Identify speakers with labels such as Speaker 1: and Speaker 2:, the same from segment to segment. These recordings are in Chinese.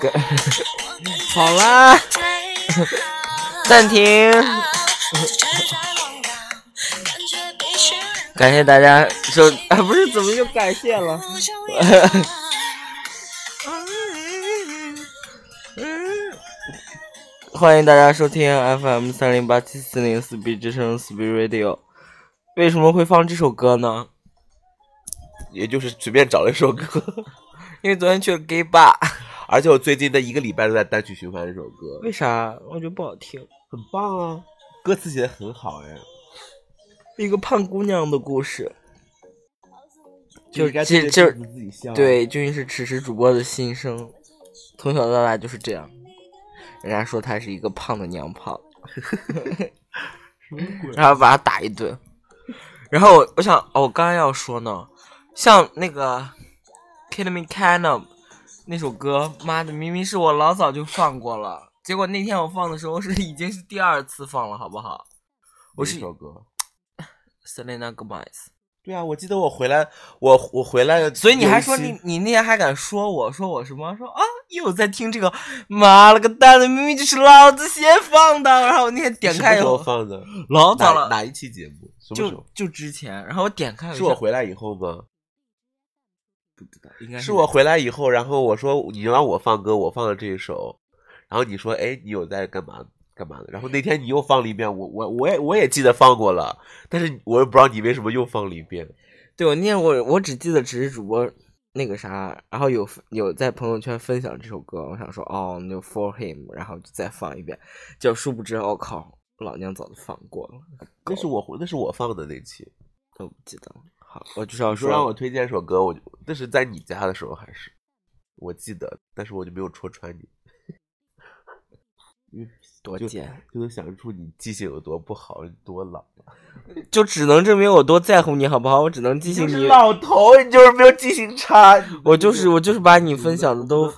Speaker 1: 给好啦， 暂停。感谢大家收，啊，不是，怎么又感谢了？欢迎大家收听 FM 三零八七四零四 B 之声 Speed Radio。为什么会放这首歌呢？
Speaker 2: 也就是随便找了一首歌，
Speaker 1: 因为昨天去了 gay bar，
Speaker 2: 而且我最近的一个礼拜都在单曲循环这首歌，
Speaker 1: 为啥？我觉得不好听。
Speaker 2: 很棒啊，歌词写的很好哎，
Speaker 1: 一个胖姑娘的故事，
Speaker 2: 就
Speaker 1: 就
Speaker 2: 应该
Speaker 1: 其
Speaker 2: 对
Speaker 1: 就
Speaker 2: 着镜子自己笑。，
Speaker 1: 对，究竟是此时主播的心声。从小到大就是这样，人家说他是一个胖的娘炮，然后把他打一顿。然后我我想，哦我刚刚要说呢，像那个《Kill Me Kind of》那首歌，妈的，明明是我老早就放过了，结果那天我放的时候是 已经是第二次放了，好不好我是
Speaker 2: 一首歌。
Speaker 1: ？Selena Gomez。
Speaker 2: 对啊，我记得我回来，我我回来，
Speaker 1: 所以你还说你你那天还敢说我说我什么说啊又在听这个，妈了个蛋的，明明就是老子先放的。然后我那天点开以
Speaker 2: 什么时候
Speaker 1: 后，
Speaker 2: 放的？
Speaker 1: 老早
Speaker 2: 哪
Speaker 1: 了，
Speaker 2: 哪一期节目？什么
Speaker 1: 就
Speaker 2: 时候？
Speaker 1: 就之前，然后我点开
Speaker 2: 是我回来以后吗？
Speaker 1: 不知道，应该
Speaker 2: 是我回来以后，然后我说你让我放歌，我放了这一首，然后你说哎，你有在干嘛干嘛的？然后那天你又放了一遍，我我我也我也记得放过了，但是我又不知道你为什么又放了一遍。
Speaker 1: 对我那天我我只记得只是主播那个啥，然后有有在朋友圈分享这首歌，我想说哦那就 for him，然后就再放一遍，就殊不知我、哦靠，老娘早就放过了，
Speaker 2: 那是我那是我放的那期，
Speaker 1: 我不记得了。好，我就是要
Speaker 2: 你说让我推荐一首歌，我就那是在你家的时候还是我记得，但是我就没有戳穿你，
Speaker 1: 多
Speaker 2: 就
Speaker 1: 贱。
Speaker 2: 就能想出你记性有多不好，你多老。
Speaker 1: 就只能证明我多在乎你，好不好？我只能记性你，
Speaker 2: 老头，你就是没有记性差。
Speaker 1: 我就是我就是把你分享的都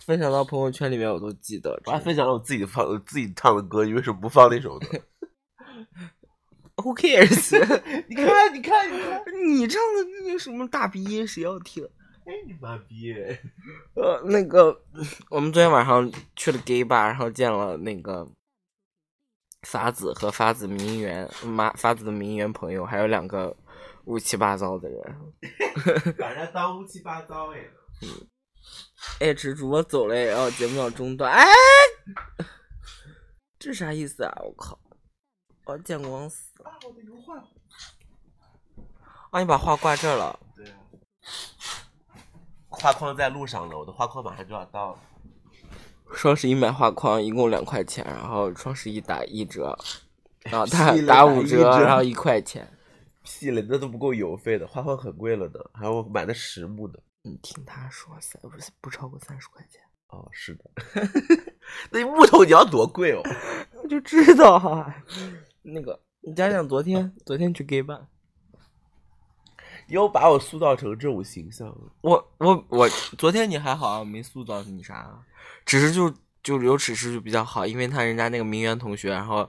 Speaker 1: 分享到朋友圈里面，我都记得。
Speaker 2: 我还分享了我自己放自己唱的歌，你为什么不放那首呢？
Speaker 1: Who cares？
Speaker 2: 你看，你看，你看，
Speaker 1: 你唱的那个什么大鼻音，谁要听？
Speaker 2: 哎，你妈逼！
Speaker 1: 呃，那个我们昨天晚上去了 gay bar，然后见了那个法子和法子名媛妈法子的名媛朋友，还有两个乌七八糟的人。
Speaker 2: 把人家当乌七八糟哎！
Speaker 1: 哎，只主播走了，然后节目要中断。哎，这啥意思啊？我靠！我要见光死了。
Speaker 2: 啊，我的油画。
Speaker 1: 啊，你把画挂这儿了。
Speaker 2: 对啊。画框在路上了，我的画框马上就要到了。
Speaker 1: 双十一买画框一共两块钱，然后双十一打一折，然后打
Speaker 2: 屁了
Speaker 1: 打
Speaker 2: 打
Speaker 1: 五
Speaker 2: 一
Speaker 1: 折，
Speaker 2: 折
Speaker 1: 然后一块钱。
Speaker 2: 屁了，那都不够邮费的，画框很贵了的，还有我买的实木的。
Speaker 1: 你听他说，三不是不超过三十块钱，
Speaker 2: 哦，是的。 那木头你要多贵哦？
Speaker 1: 我就知道啊。 那个，你讲讲昨天，昨天去 gay 吧。
Speaker 2: 你又把我塑造成这种形象啊了。
Speaker 1: 我我我，昨天你还好啊，没塑造你啥啊，只是就就刘只是就比较好，因为他人家那个名媛同学，然后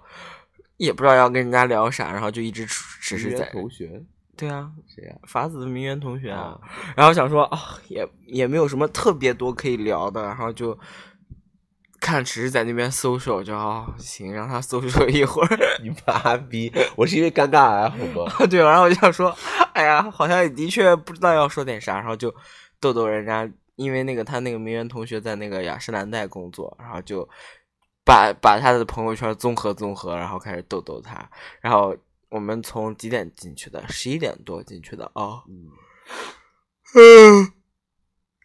Speaker 1: 也不知道要跟人家聊啥，然后就一直只
Speaker 2: 名
Speaker 1: 是
Speaker 2: 媛
Speaker 1: 在
Speaker 2: 同学
Speaker 1: 对啊，
Speaker 2: 谁呀、
Speaker 1: 法子的名媛同学啊
Speaker 2: 哦，
Speaker 1: 然后想说啊、也也没有什么特别多可以聊的，然后就看只是在那边搜索，就哦行，让他搜索 一会儿。
Speaker 2: 你妈逼！我是因为尴尬癌好 吗？
Speaker 1: 对，然后我就想说，哎呀，好像也的确不知道要说点啥，然后就逗逗人家，因为那个他那个名媛同学在那个雅诗兰黛工作，然后就把把他的朋友圈综合综合，然后开始逗逗他。然后我们从几点进去的？十一点多进去的哦，
Speaker 2: 嗯，
Speaker 1: 嗯，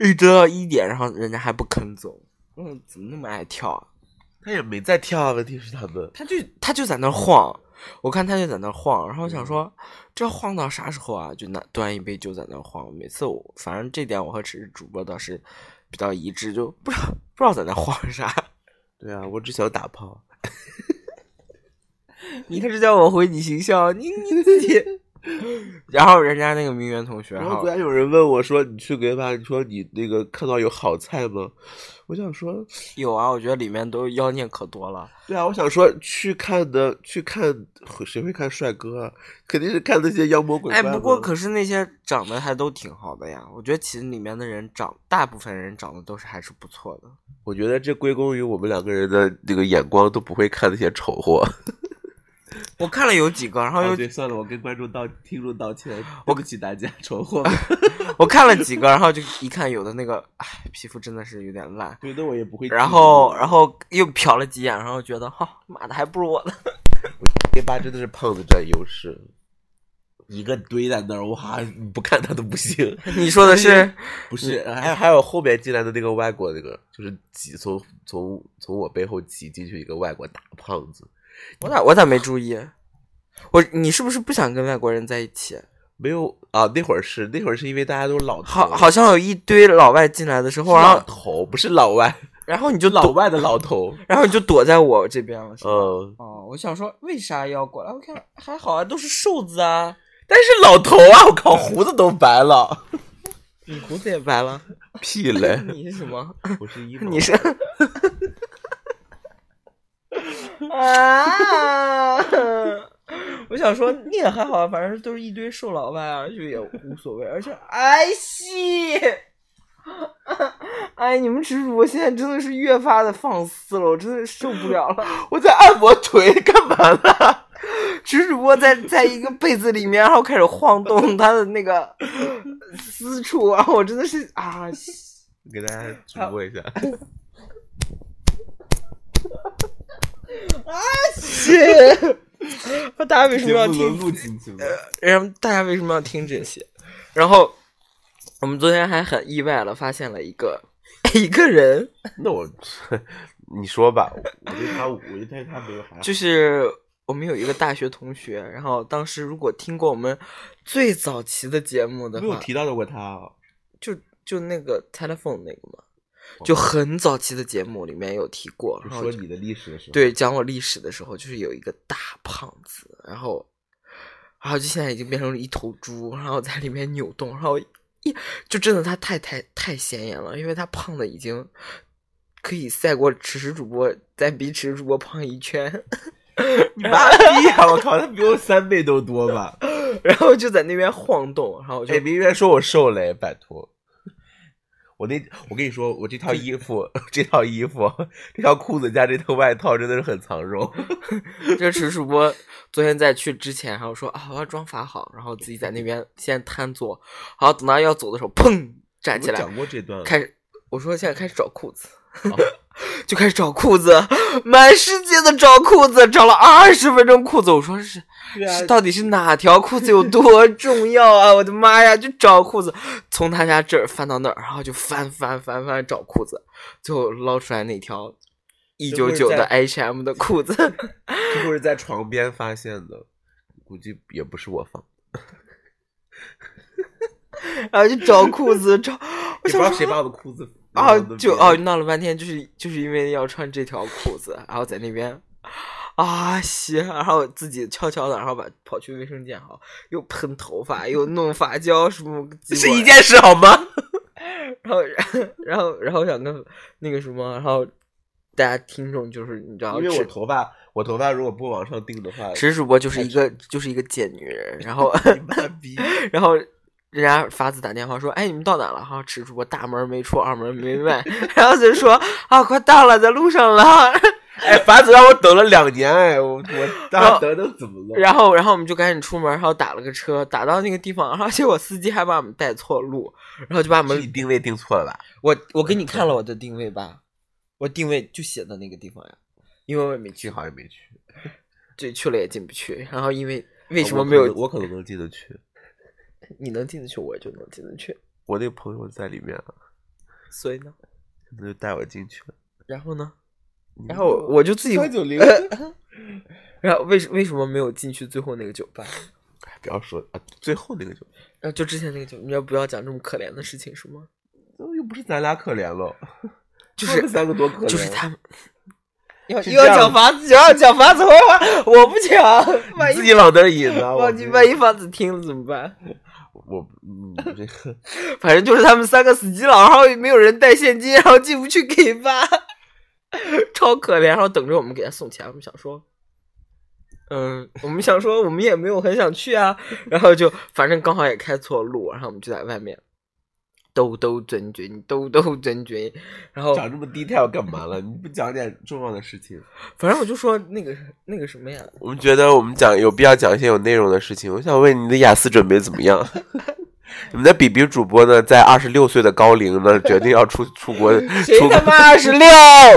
Speaker 1: 一直到一点，然后人家还不肯走。嗯，怎么那么爱跳啊？
Speaker 2: 他也没在跳啊，问题是他们
Speaker 1: 他就他就在那儿晃，我看他就在那儿晃，然后我想说，
Speaker 2: 嗯
Speaker 1: 这晃到啥时候啊？就拿端一杯酒在那儿晃。每次我反正这点我和只是主播倒是比较一致，就不知道不知道在那儿晃啥。
Speaker 2: 对啊，我只想打炮。
Speaker 1: 你看这叫我回你形象，你你自己 然后人家那个名媛同学，
Speaker 2: 然后昨天有人问我说：“你去鬼吧？你说你那个看到有好菜吗？”我想说，
Speaker 1: 有啊，我觉得里面都妖孽可多了。
Speaker 2: 对啊，我想说去看的，去看谁会看帅哥？啊？肯定是看那些妖魔鬼怪。
Speaker 1: 哎，不过可是那些长得还都挺好的呀。我觉得其实里面的人长，大部分人长得都是还是不错的。
Speaker 2: 我觉得这归功于我们两个人的那个眼光都不会看那些丑货。
Speaker 1: 我看了有几 个，然后又、
Speaker 2: 啊、对，算了，我跟观众道听众道歉，对不起大家，丑货。
Speaker 1: 我看了几个，然后就一看有的那个，哎，皮肤真的是有点烂。
Speaker 2: 对，那我也不会。
Speaker 1: 然后，然后又瞟了几眼，然后觉得，哈、哦，妈的，还不如我呢。
Speaker 2: 贴吧真的是胖子占优势，一个堆在那儿，哇，你不看他都不行。
Speaker 1: 你说的是嗯
Speaker 2: 不是？还有还有后面进来的那个外国那个，就是挤从从从我背后挤进去一个外国大胖子。
Speaker 1: 我咋我咋没注意？啊我你是不是不想跟外国人在一起？
Speaker 2: 没有啊，那会儿是那会儿是因为大家都是老
Speaker 1: 好，好啊像有一堆老外进来的时候，然后
Speaker 2: 老头不是老外，
Speaker 1: 然后你就
Speaker 2: 老外的老头，
Speaker 1: 然后你就躲在我这边了，是吧？
Speaker 2: 嗯，
Speaker 1: 哦，我想说为啥要过来？我看还好啊，都是瘦子啊，
Speaker 2: 但是老头啊，我
Speaker 1: 哦
Speaker 2: 靠，胡子都白了，
Speaker 1: 你嗯胡子也白了，
Speaker 2: 屁嘞！
Speaker 1: 你是什么？
Speaker 2: 我是 一，
Speaker 1: 你是。啊！ 我想说那个还好，啊反正都是一堆瘦老外啊，就也无所谓。而且， 哎西，哎，你们耻辱我现在真的是越发的放肆了，我真的受不了 了。
Speaker 2: 我在按摩腿干嘛呢？
Speaker 1: 直主播在在一个被子里面，然后开始晃动他的那个私处啊，我真的是 啊！
Speaker 2: 给大家直播一下。
Speaker 1: 啊！ 是，大 家为什么要听？
Speaker 2: 录进去吗？
Speaker 1: 然后大家为什么要听这些？然后我们昨天还很意外了，发现了一个 一个人。
Speaker 2: 那我你说吧，我对他，我对他没有啥。
Speaker 1: 就是我们有一个大学同学，然后当时如果听过我们最早期的节目的话，
Speaker 2: 没有提到过他、哦，
Speaker 1: 就就那个 telephone 那个嘛。就很早期的节目里面有提过，然后
Speaker 2: 说哦你的历史的时候，
Speaker 1: 对讲我历史的时候，就是有一个大胖子，然后，然后就现在已经变成了一头猪，然后在里面扭动，然后一就真的他太太太显眼了，因为他胖的已经可以赛过吃屎主播，再比吃屎主播胖一圈。
Speaker 2: 你妈逼呀！我靠，他比我三倍都多 吧？
Speaker 1: 然后就在那边晃动，然后我就
Speaker 2: 哎，明媛说我瘦了，拜托。我那，我跟你说，我这套衣服， 这套衣服， 这条裤子加这套外套，真的是很藏 肉。
Speaker 1: 这池主播昨天在去之前，然后说啊，我要妆发好，然后自己在那边先瘫坐，好，等到要走的时候，砰，站起来。
Speaker 2: 讲过这段。
Speaker 1: 开始，我说现在开始找裤子，哦、 就开始找裤子，满世界的找裤子，找了二十分钟裤子，我说是。
Speaker 2: 啊
Speaker 1: 是到底是哪条裤子有多重要啊！我的妈呀，就找裤子，从他家这儿翻到那儿，然后就翻翻翻翻找裤子，最后捞出来那条一九九的 H&M 的裤子，
Speaker 2: 这会是在床边发现的，估计也不是我放的。
Speaker 1: 然后就找裤子，找
Speaker 2: 不知道谁把我的裤子
Speaker 1: 啊，就哦闹了半天，就是就是因为要穿这条裤子，然后在那边。啊，行，然后自己悄悄的，然后把跑去卫生间，好，又喷头发，又弄发胶，什 么
Speaker 2: 是一件事好吗？
Speaker 1: 然后， 然后，然后想跟那个什么，然后大家听众就是你知道，
Speaker 2: 因为我头发，我头发如果不往上定的话，
Speaker 1: 池主播就是一个就是一个贱女人，然 后，然后。人家法子打电话说：“哎，你们到哪了？哈、啊，池主播大门没出，二门没迈。” 然后就说：“啊，快到了，在路上了。”
Speaker 2: 哎，法子让我等了两年，哎，我我大等等怎么了？
Speaker 1: 然后，然后我们就赶紧出门，然后打了个车，打到那个地方，然后结果司机还把我们带错路，然后就把我们呃
Speaker 2: 你定位定错了吧？
Speaker 1: 我我给你看了我的定位吧，我定位就写的那个地方呀，因为我也没去，
Speaker 2: 好也没去，
Speaker 1: 对，去了也进不去。然后因为为什么没有？
Speaker 2: 我可能能进得去。
Speaker 1: 你能进得去，我就能进得去。
Speaker 2: 我那朋友在里面啊，
Speaker 1: 所以呢，
Speaker 2: 那就带我进去了。
Speaker 1: 然后呢？然后我嗯就自己呃
Speaker 2: 三九零。
Speaker 1: 然后为什为什么没有进去最后那个酒吧？
Speaker 2: 不要说啊，最后那个酒吧。
Speaker 1: 啊，就之前那个酒，你要不要讲这么可怜的事情是吗？
Speaker 2: 又不是咱俩可怜了，
Speaker 1: 就是
Speaker 2: 三个多可 怜，
Speaker 1: 就是他们。
Speaker 2: 要
Speaker 1: 要讲法子，要讲法子，我我不讲。万
Speaker 2: 你
Speaker 1: 一
Speaker 2: 自己老得引子 啊，我
Speaker 1: 忘记万一房子听了怎么办？
Speaker 2: 我嗯，这个
Speaker 1: 反正就是他们三个死基佬，然后也没有人带现金，然后进不去给发， 超可怜。然后等着我们给他送钱，我们想说，嗯，我们想说我们也没有很想去啊，然后就反正刚好也开错路，然后我们就在外面兜兜转转，兜兜转转，然后
Speaker 2: 讲这么 detail 干嘛了？你不讲点重要的事情？
Speaker 1: 反正我就说那个那个什么呀，
Speaker 2: 我们觉得我们讲有必要讲一些有内容的事情。我想问你的雅思准备怎么样？ 你们的比比主播呢，在二十六岁的高龄呢，决定要出出国
Speaker 1: 谁
Speaker 2: 出国
Speaker 1: 他。妈二十六？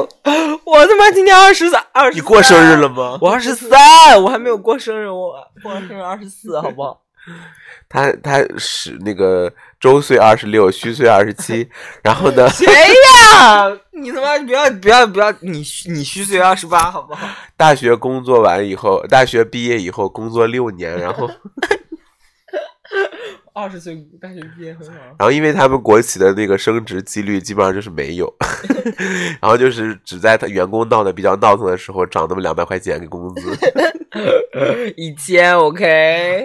Speaker 1: 我他妈今年二十三，二十
Speaker 2: 你过生日了吗？
Speaker 1: 我二十三，我还没有过生日，我过完生日二十四，好不 好？
Speaker 2: 他他是那个周岁二十六，虚岁二十 七，然后呢，
Speaker 1: 谁呀？你他妈不要不要不要！你虚你虚岁二十八，好不好？
Speaker 2: 大学工作完以后，大学毕业以后工作六年，然后
Speaker 1: 二十岁大学毕业很好。
Speaker 2: 然后因为他们国企的那个升职几率基本上就是 没有，然后就是只在他员工闹得比较闹腾的时候涨那么两百块钱给工 资，
Speaker 1: 一千 OK，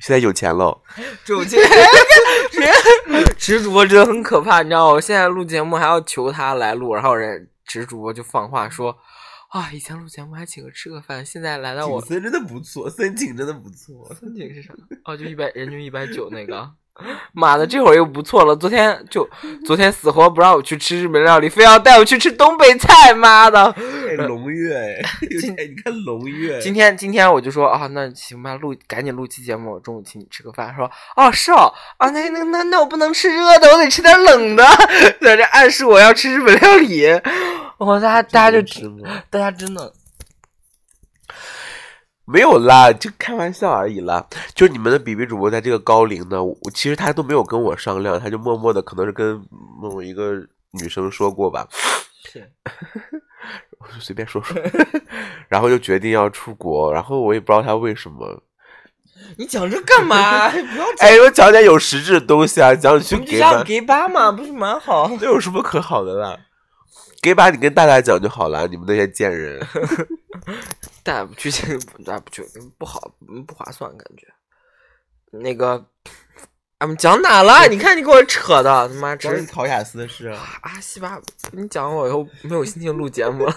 Speaker 2: 现在有钱喽。
Speaker 1: 主 持人，池主播真的很可怕，你知道吗？我现在录节目还要求他来录，然后人池主播就放话说。啊，以前录节目还请个吃个饭，现在来到我
Speaker 2: 森真的不错，森景真的不错。
Speaker 1: 森景是啥？哦，就一百人均一百九那 个。妈的，这会儿又不错了。昨天就昨天死活不让我去吃日本料理，非要带我去吃东北菜，妈的！
Speaker 2: 哎，龙月，哎，你看龙月
Speaker 1: 今天今天我就说啊，那行吧，录赶紧录期节目，我中午请你吃个饭。说哦是哦啊，那那那那我不能吃热的，我得吃点冷的， 在这暗示我要吃日本料理。我、大家大家就大家真的
Speaker 2: 没有啦，就开玩笑而已啦。就是你们的比比主播在这个高龄呢，我我其实他都没有跟我商量，他就默默的可能是跟某一个女生说过吧，
Speaker 1: 是
Speaker 2: 我就随便说 说，然后就决定要出国，然后我也不知道他为什么。
Speaker 1: 你讲这干嘛？ 不要讲，
Speaker 2: 哎，我讲点有实质的东西啊，讲你去
Speaker 1: 我们就
Speaker 2: 给
Speaker 1: 像
Speaker 2: 吧，
Speaker 1: 给吧嘛，不是蛮 好？
Speaker 2: 这有什么可好的啦？给吧，你跟大大讲就好了，你们那些贱 人。
Speaker 1: 带不去， 带不去，不好，不划算，感觉。那个，俺们讲哪了？你看你给我扯的，他妈真
Speaker 2: 考雅思的事，
Speaker 1: 啊西吧！你讲我以后没有心情录节目 了，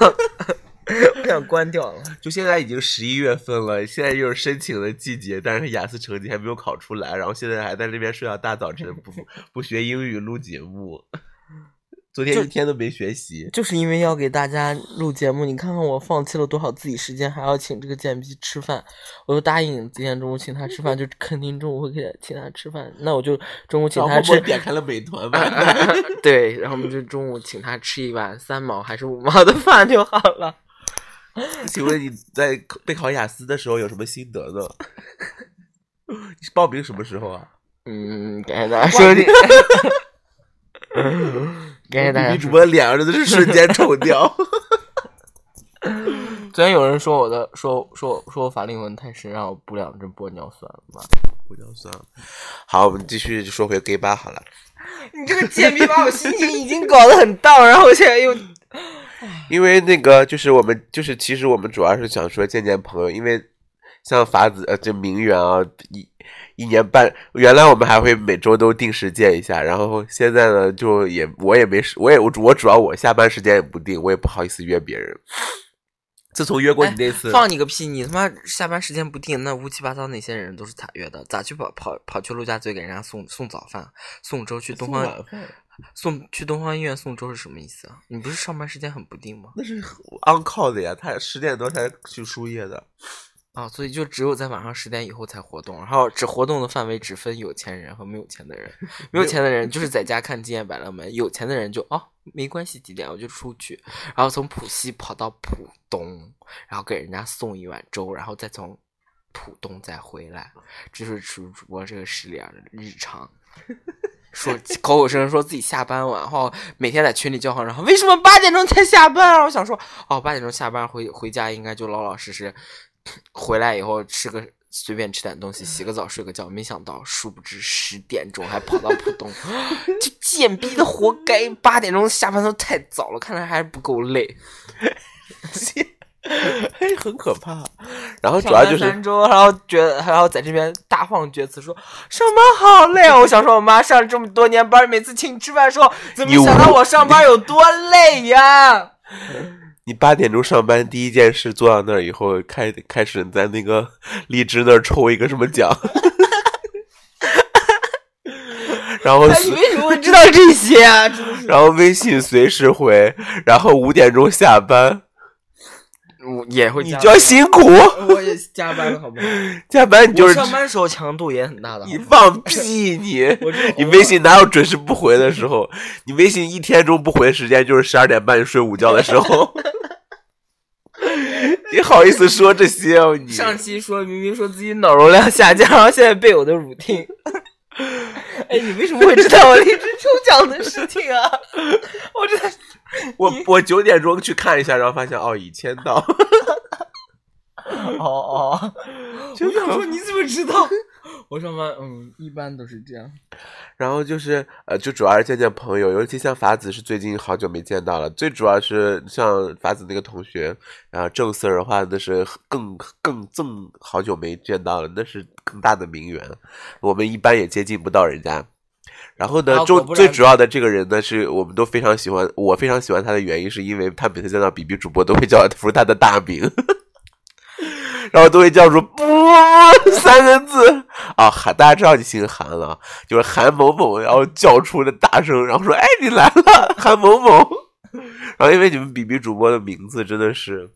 Speaker 1: 我想关掉了。
Speaker 2: 就现在已经十一月份了，现在就是申请的季节，但是雅思成绩还没有考出来，然后现在还在这边睡到大早晨，不不学英语录节目，昨天
Speaker 1: 就
Speaker 2: 一天都没学习。
Speaker 1: 就是因为要给大家录节目，你看看我放弃了多少自己时间，还要请这个贱逼吃饭。我就答应今天中午请他 吃饭，就肯定中午会给他请他吃饭。那我就中午请
Speaker 2: 小
Speaker 1: 他
Speaker 2: 默
Speaker 1: 吃
Speaker 2: 默点开了美团吧，
Speaker 1: 对，然后我们就中午请他吃一碗三毛还是五毛的饭就好了。
Speaker 2: 请问你在备考雅思的时候有什么心得呢？ 你报名什么时候啊？
Speaker 1: 嗯，感谢大家收 听。感谢大家
Speaker 2: 女
Speaker 1: 收
Speaker 2: 主
Speaker 1: 听。
Speaker 2: 播脸上都是瞬间臭掉。
Speaker 1: 昨天有人说我的，说说说我法令纹太深，让我补两针玻尿酸吧。
Speaker 2: 不尿酸了。好，我们继续说回 gay 吧好了。
Speaker 1: 你这个贱逼把我心情已经搞得很荡，然后现在又
Speaker 2: 因为那个就是我们就是其实我们主要是想说见见朋友，因为像法子呃这名媛啊一一年半，原来我们还会每周都定时见一下，然后现在呢就也我也没时我也我主我主要我下班时间也不定，我也不好意思约别人。 自从约过你那次，
Speaker 1: 放你个屁！你他妈下班时间不定，那乌七八糟那些人都是咋约的？咋去跑跑跑去陆家嘴给人家送送早饭、送粥去东方送去东方医院送粥是什么意思啊？你不是上班时间很不定吗？
Speaker 2: 那是 on call 的呀，他十点多才去输液的。
Speaker 1: 啊，所以就只有在晚上十点以后才活动，然后只活动的范围只分有钱人和没有钱的 人。没有钱的人就是在家看《今夜百乐门》，有钱的人就哦没关系，几点我就出去，然后从浦西跑到浦东，然后给人家送一碗粥，然后再从浦东再回来，这就是主主播这个失联的日常。 说口口声声说自己下班晚，然后每天在群里叫唤，然后为什么八点钟才下班啊？我想说，哦，八点钟下班回回家应该就老老实实，回来以后吃个随便吃点东西，洗个澡睡个觉。没想到，殊不知十点钟还跑到浦东， 这贱逼的活该！八点钟下班都太早了，看来还是不够累。
Speaker 2: 嘿，很可怕。然后主
Speaker 1: 上
Speaker 2: 要
Speaker 1: 班
Speaker 2: 就是
Speaker 1: 三周，然后觉得还要在这边大放厥词说上班好累啊。我想说，我妈上这么多年班，每次请你吃饭的时候，怎么
Speaker 2: 你
Speaker 1: 想到
Speaker 2: 无
Speaker 1: 我上班有多累呀？
Speaker 2: 你八点钟上班，第一件事坐到那儿以后，开开始在那个荔枝那儿抽一个什么奖， 然后
Speaker 1: 哎你
Speaker 2: 随
Speaker 1: 为什么会知道这些啊？真的是，
Speaker 2: 然后微信随时回，然后五点钟下班，
Speaker 1: 我也会
Speaker 2: 你
Speaker 1: 加
Speaker 2: 就要辛苦，
Speaker 1: 班， 我也加班了，好不 好？
Speaker 2: 加班你就
Speaker 1: 我
Speaker 2: 是
Speaker 1: 上班的时候强度也很大的。好
Speaker 2: 你
Speaker 1: 吗
Speaker 2: 放屁你
Speaker 1: 我这
Speaker 2: 你微信哪有准时不回的时候？你微信一天中不回的时间就是十二点半你睡午觉的时候， 你好意思说这些哦你？
Speaker 1: 上期说明明说自己脑 容量下降，然后现在被我的乳 听。哎，你为什么会知 道我荔枝抽奖的事情啊？ 我真的是
Speaker 2: 我我九点钟去看一下，然后发现哦，已签到。
Speaker 1: 哦哦，我
Speaker 2: 真的
Speaker 1: 想说你怎么知道？ 我上班嗯，一般都是这样。
Speaker 2: 然后就是呃，就主要是见见朋友，尤其像法子是最近好久没见到了。最主要是像法子那个同学，然后郑 Sir 的话，那是更更更好久没见到了，那是更大的名媛，我们一般也接近不到人家。然后
Speaker 1: 啊
Speaker 2: 呢，
Speaker 1: 果
Speaker 2: 中
Speaker 1: 不
Speaker 2: 最
Speaker 1: 然
Speaker 2: 主要的这个人呢，是我们都非常喜欢，我非常喜欢他的原因，是因为他每次见到比比主播都会叫出他的大名。 然后都会叫出“不”三个字啊，韩大家知道你姓韩了，啊就是韩某某，然后叫出的大声，然后说：“哎，你来了，韩某某。” 然后因为你们比比主播的名字真的是，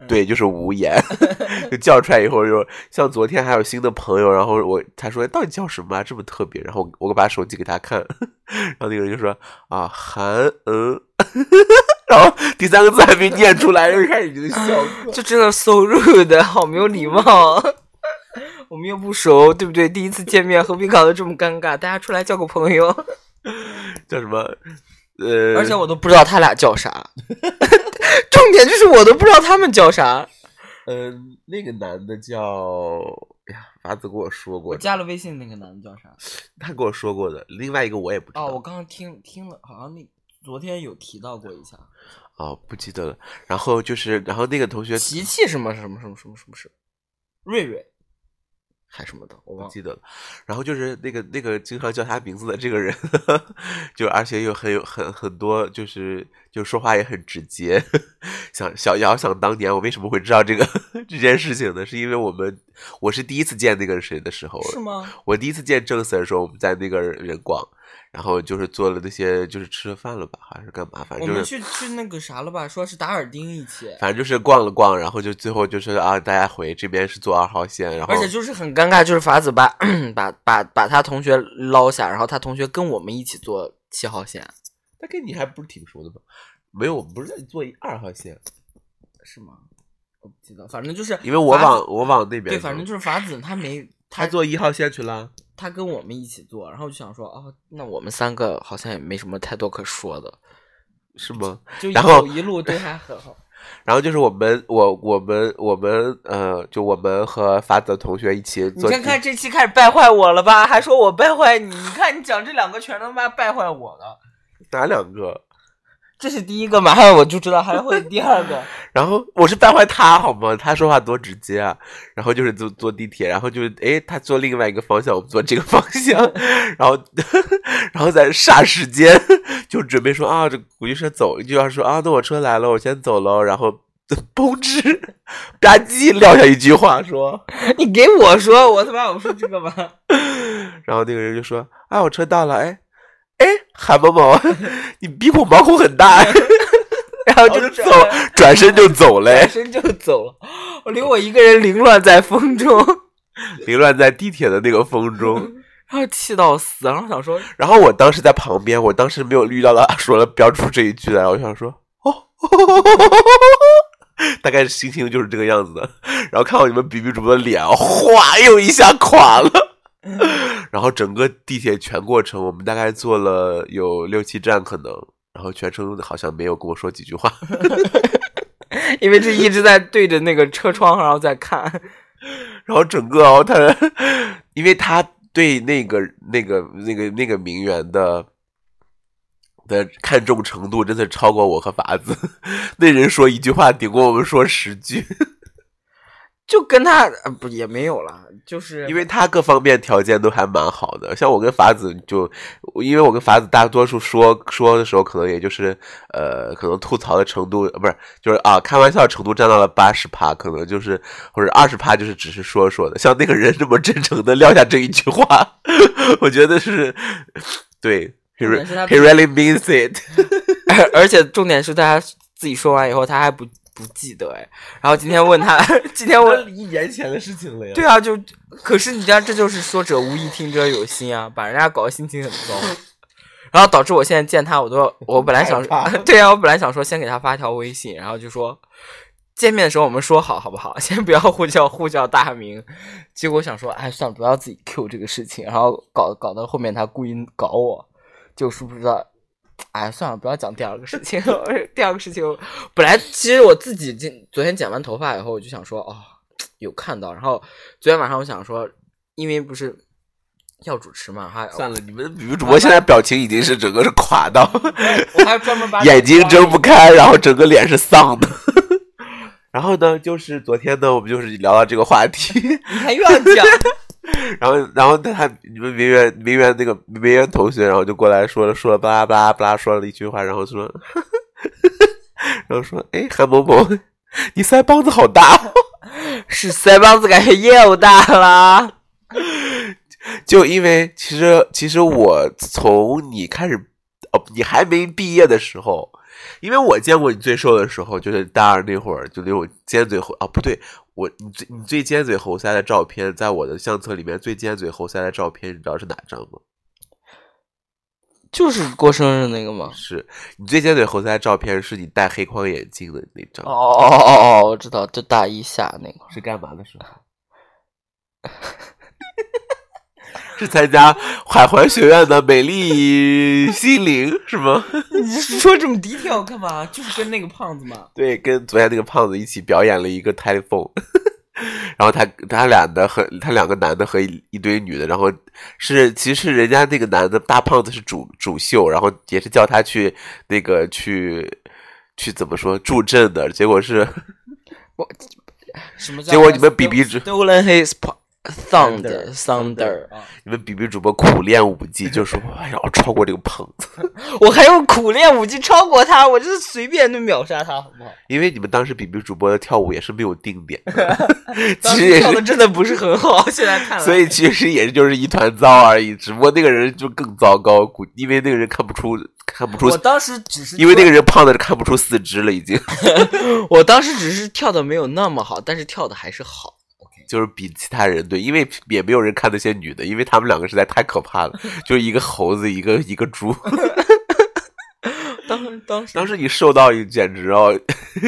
Speaker 1: 嗯
Speaker 2: 对，就是无言， 就叫出来以后就像昨天还有新的朋友，然后我他说到底叫什么啊，这么特别，然后我我把手机给他看， 然后那个人就说啊韩嗯， 然后第三个字还没念出来，就开始就笑了。
Speaker 1: 这真的 so rude，好没有礼貌。 我们又不熟，对不对？第一次见面，何必搞得这么尴尬？大家出来交个朋友。
Speaker 2: 叫什么？呃，
Speaker 1: 而且我都不知道他俩叫 啥。重点就是我都不知道他们叫啥。
Speaker 2: 嗯、那个男的叫哎呀，法子跟我说过，
Speaker 1: 加了微信那个男的叫啥？
Speaker 2: 他跟我说过的，另外一个我也不知道
Speaker 1: 哦，我刚刚听听了，好像那昨天有提到过一下。
Speaker 2: 哦不记得了。然后就是，然后那个同学
Speaker 1: 呃琪琪什么什么什么什么什么是？瑞瑞还什么的，我
Speaker 2: 不
Speaker 1: 忘了。
Speaker 2: 记得了。然后就是那个那个经常叫他名字的这个人， 就而且又很有很很多，就是就说话也很直接。想小遥想当年，我为什么会知道这个 这件事情呢？是因为我们我是第一次见那个谁的时候，
Speaker 1: 是吗？
Speaker 2: 我第一次见郑 Sir 的时候，我们在那个人广，然后就是做了那些，就是吃了饭了吧，还是干嘛？反
Speaker 1: 我
Speaker 2: 正
Speaker 1: 们
Speaker 2: 就是，
Speaker 1: 去去那个啥了吧？说是达尔丁一起，
Speaker 2: 反正就是逛了逛，然后就最后就是啊，大家回这边是坐二号线，然后
Speaker 1: 而且就是很尴尬，就是法子把 把把把他同学捞下，然后他同学跟我们一起坐七号线，
Speaker 2: 他跟你还不是挺熟的吗？没有，我们不是在坐一二号线，
Speaker 1: 是吗？我不记得，反正就是
Speaker 2: 因为我
Speaker 1: 法子
Speaker 2: 往我往那边
Speaker 1: 对，
Speaker 2: 走，
Speaker 1: 反正就是法子他没
Speaker 2: 他
Speaker 1: 他
Speaker 2: 坐一号线去了。
Speaker 1: 他跟我们一起做，然后就想说哦，那我们三个好像也没什么太多可说的，
Speaker 2: 是吗？
Speaker 1: 就
Speaker 2: 然后
Speaker 1: 有一路都还很 好。
Speaker 2: 然后就是我们，我我们我们呃，就我们和法子的同学一起
Speaker 1: 你
Speaker 2: 坐。
Speaker 1: 看看这期开始败坏我了吧？还说我败坏你，你看你讲这两个全他妈败坏我了。
Speaker 2: 哪两个？
Speaker 1: 这是第一个，马上我就知道还会第二个。
Speaker 2: 然后我是败坏他好吗？他说话多直接啊！然后就是坐坐地铁，然后就是诶，他坐另外一个方向，我们坐这个方向，然后 然后在霎时间就准备说啊，这估计是走，就要说啊，那我车来了，我先走喽。然后 嘣哧吧唧撂下一句话说，
Speaker 1: 你给我说，我他妈我说这 个吧。
Speaker 2: 然后那个人就说啊，我车到了，哎哎，韩某某，你鼻孔毛孔很大，
Speaker 1: 然后
Speaker 2: 然后
Speaker 1: 就
Speaker 2: 就走，转身就走嘞
Speaker 1: 转。身就走了，我留我一个人凌乱在风中，
Speaker 2: 凌乱在地铁的那个风中。
Speaker 1: 然后气到死，然后想说
Speaker 2: 然后我当时在旁边，我当时没有遇到他说了标出这一句来，我想说哦，大概心情就是这个样子的。然后看到你们比比主播的脸，哗又一下垮了。 然后整个地铁全过程，我们大概坐了有六七站可能，然后全程好像没有跟我说几句话。
Speaker 1: 因为这一直在对着那个车窗，然后在看。
Speaker 2: 然后整个哦，他因为他对那个那个那个那个名媛的，的看重程度真的超过我和法子。 那人说一句话顶过我们说十句，
Speaker 1: 就跟他呃不也没有了，就是
Speaker 2: 因为 他各方面条件都还蛮好的。像我跟法子就，因为我跟法子大多数说说的时候，可能也就是呃，可能吐槽的程度呃不是就是啊，开玩笑的程度占到了八十趴，可能就是或者二十趴，就是只是说说的。像那个人这么真诚的撂下这一句话， 我觉得是对。He
Speaker 1: 重点是他
Speaker 2: he really means it。
Speaker 1: 而且重点是他自己说完以后，他还不不记得哎。然后今天问 他，今天问
Speaker 2: 一年前的事情了呀
Speaker 1: 对啊，就可是你知道，这就是说者无意，听者有心啊，把人家搞得心情很糟， 然后导致我现在见他，我 都我本来想
Speaker 2: 害怕，
Speaker 1: 对啊，我本来想说 先给他发条微信，然后就说见面的时候我们说好好不好， 先不要呼叫呼叫大名。结果想说，哎，算了，不要自己 Q 这个事情，然后搞搞到后面他故意搞我，就是不知道。哎，算了，不要讲第二个事 情。第二个事情，本来其实我自己今昨天剪完头发以后，我就想说，哦，有看到。然后昨天晚上我想说，因为不是要主持嘛，还
Speaker 2: 算了，你们女主播现在表情已经是整个是垮到，
Speaker 1: 我还专门把
Speaker 2: 眼睛睁不开，然后整个脸是丧的。 然后呢，就是昨天呢，我们就是聊到这个话题，
Speaker 1: 你看又要讲，
Speaker 2: 然后，然后他你们明媛明媛那个明媛同学，然后就过来说了说了巴拉巴拉巴拉说了一句话，然后说， 然后说，哎，韩某某，你腮帮子好大哦。
Speaker 1: 是腮帮子感觉又大 啦。
Speaker 2: 就因为其实其实我从你开始哦，你还没毕业的时候，因为我见过你最瘦的时候，就是大二那会儿，就那种尖嘴猴啊，不对，我你最你最尖嘴猴腮的照片，在我的相册里面最尖嘴猴腮的照片，你知道是哪张吗？
Speaker 1: 就是过生日那个吗？
Speaker 2: 是你最尖嘴猴腮的照片，是你戴黑框眼镜的那张。
Speaker 1: 哦哦哦哦哦，我知道，就大一下那个。
Speaker 2: 是干嘛的时候？ 是参加海环学院的美丽心灵是吗？
Speaker 1: 你说这么低调干嘛？就是跟那个胖子嘛。
Speaker 2: 对，跟昨天那个胖子一起表演了一个 telephone，然后他他俩的和他两个男的和一一堆女的，然后是其实人家那个男的大胖子是主主秀，然后也是叫他去那个去去怎么说助阵的，结果是
Speaker 1: 什么叫？
Speaker 2: 结果你们比比指
Speaker 1: Stolen his po- thunder thunder 啊！
Speaker 2: 你们比比主播苦练舞技，就说哎呀，我超过这个胖子，
Speaker 1: 我还用苦练武技超过他，我就是随便就秒杀他，好 不好？
Speaker 2: 因为你们当时比比主播的跳舞也是没有定点的， 其
Speaker 1: 当
Speaker 2: 实
Speaker 1: 时
Speaker 2: 也
Speaker 1: 跳的
Speaker 2: 是。
Speaker 1: 真的不是很好， 现在看来。
Speaker 2: 所以其实也就是一团糟而已，只不过那个人就更糟糕，估因为那个人看不出看不出
Speaker 1: 我，当时只是
Speaker 2: 因为那
Speaker 1: 个，
Speaker 2: 个人胖的看不出四肢了，已经
Speaker 1: 我当时只是跳的没有那么好，但是跳的还是好。
Speaker 2: 就是比其他人对，因为也没有人看那些女的，因为他们两个实在太可怕了，就是一个猴子，一个一个猪。
Speaker 1: 当当时
Speaker 2: 当时你瘦到简直哦，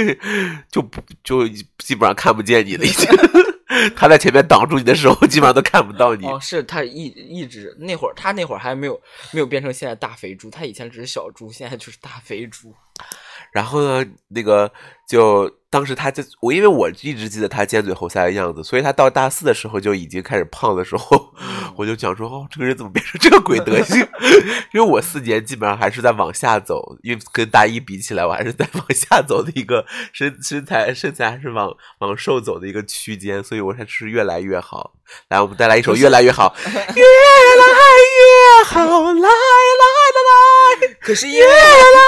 Speaker 2: 就不就基本上看不见你了，已经。 他在前面挡住你的时候，基本上都看不到你。
Speaker 1: 哦，是他一一直那会儿，他那会儿还没有没有变成现在大肥猪，他以前只是小猪，现在就是大肥猪。
Speaker 2: 然后呢，那个就当时他就我，因为我一直记得他尖嘴猴腮的样子，所以他到大四的时候就已经开始胖的时候，我就想说，哦，这个人怎么变成这个鬼德行？ 因为我四年基本上还是在往下走，因为跟大一比起来，我还是在往下走的一个身身材身材还是往往瘦走的一个区间，所以我才是越来越好。来，我们带来一首《越来越好》，越来越好，来来来来。
Speaker 1: 可是因为
Speaker 2: 越来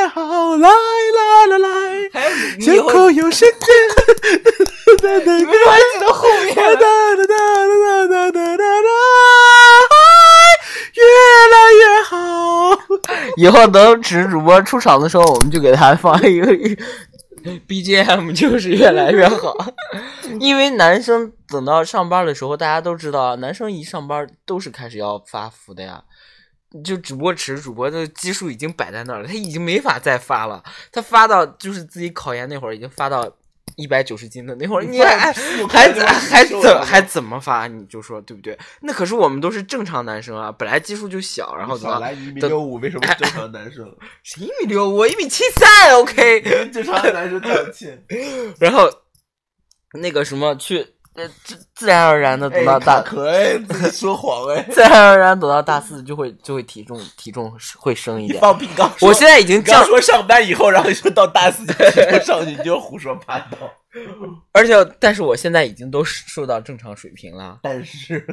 Speaker 2: 越好，来来来来，
Speaker 1: 还有你以
Speaker 2: 巷
Speaker 1: 后
Speaker 2: 口有神仙，你
Speaker 1: 们还记得后面
Speaker 2: 哒哒哒哒哒哒哒越来越好。
Speaker 1: 以后等指主播出场的时候，我们就给他放一 个 BGM，就是越来越 好。因为男生等到上班的时候，大家都知道，啊，男生一上班都是开始要发福的呀。就只不过只主播的基数已经摆在那儿了，他已经没法再发了。他发到就是自己考研那会儿，已经发到一百九十斤的那会儿，你还还怎还怎还怎么发？你就说对不对？那可是我们都是正常男生啊，本来基数就小，然后怎么
Speaker 2: 一米
Speaker 1: 等
Speaker 2: 五，为什么正常男生？
Speaker 1: 谁一米六？我一米七三，OK。
Speaker 2: 正常男生道歉。
Speaker 1: 然后那个什么去呃自自然而然的
Speaker 2: 哎
Speaker 1: 等到大、，
Speaker 2: 可哎，自己说谎哎
Speaker 1: 自然而然等到大四就会就会体重体重会升一
Speaker 2: 你
Speaker 1: 点。
Speaker 2: 放屁刚说
Speaker 1: 我现在已经
Speaker 2: 你刚
Speaker 1: 降，
Speaker 2: 说上班以后，然后就到大四就上去，你就胡说八道。
Speaker 1: 而且但是我现在已经都瘦到正常水平了。
Speaker 2: 但是，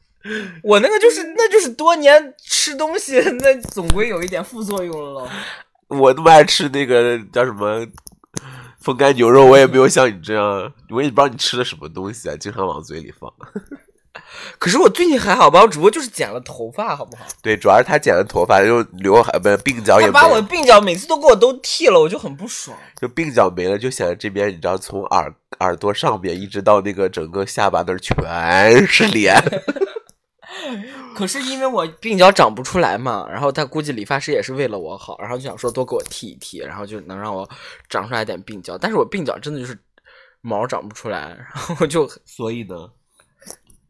Speaker 1: 我那个就是那就是多年吃东西， 那总归有一点副作用了。
Speaker 2: 我那么爱吃那个叫什么风干牛肉，我也没有像你这样，我也不知道你吃的什么东西啊，经常往嘴里放。
Speaker 1: 可是我最近还好吧，我只不过就是剪了头发，好不好？
Speaker 2: 对，主要是他剪了头发，又刘海不是鬓角哦也
Speaker 1: 他
Speaker 2: 没
Speaker 1: 把我
Speaker 2: 了，
Speaker 1: 的鬓角每次都给我都剃了，我就很不爽。
Speaker 2: 就鬓角没了，就显得这边你知道，从耳耳朵上边一直到那个整个下巴那儿全是脸。
Speaker 1: 可是因为我鬓角长不出来嘛，然后他估计理发师也是为了我好，然后就想说多给我剃一剃，然后就能让我长出来点鬓角。但是我鬓角真的就是毛长不出来，然后我就
Speaker 2: 所以呢，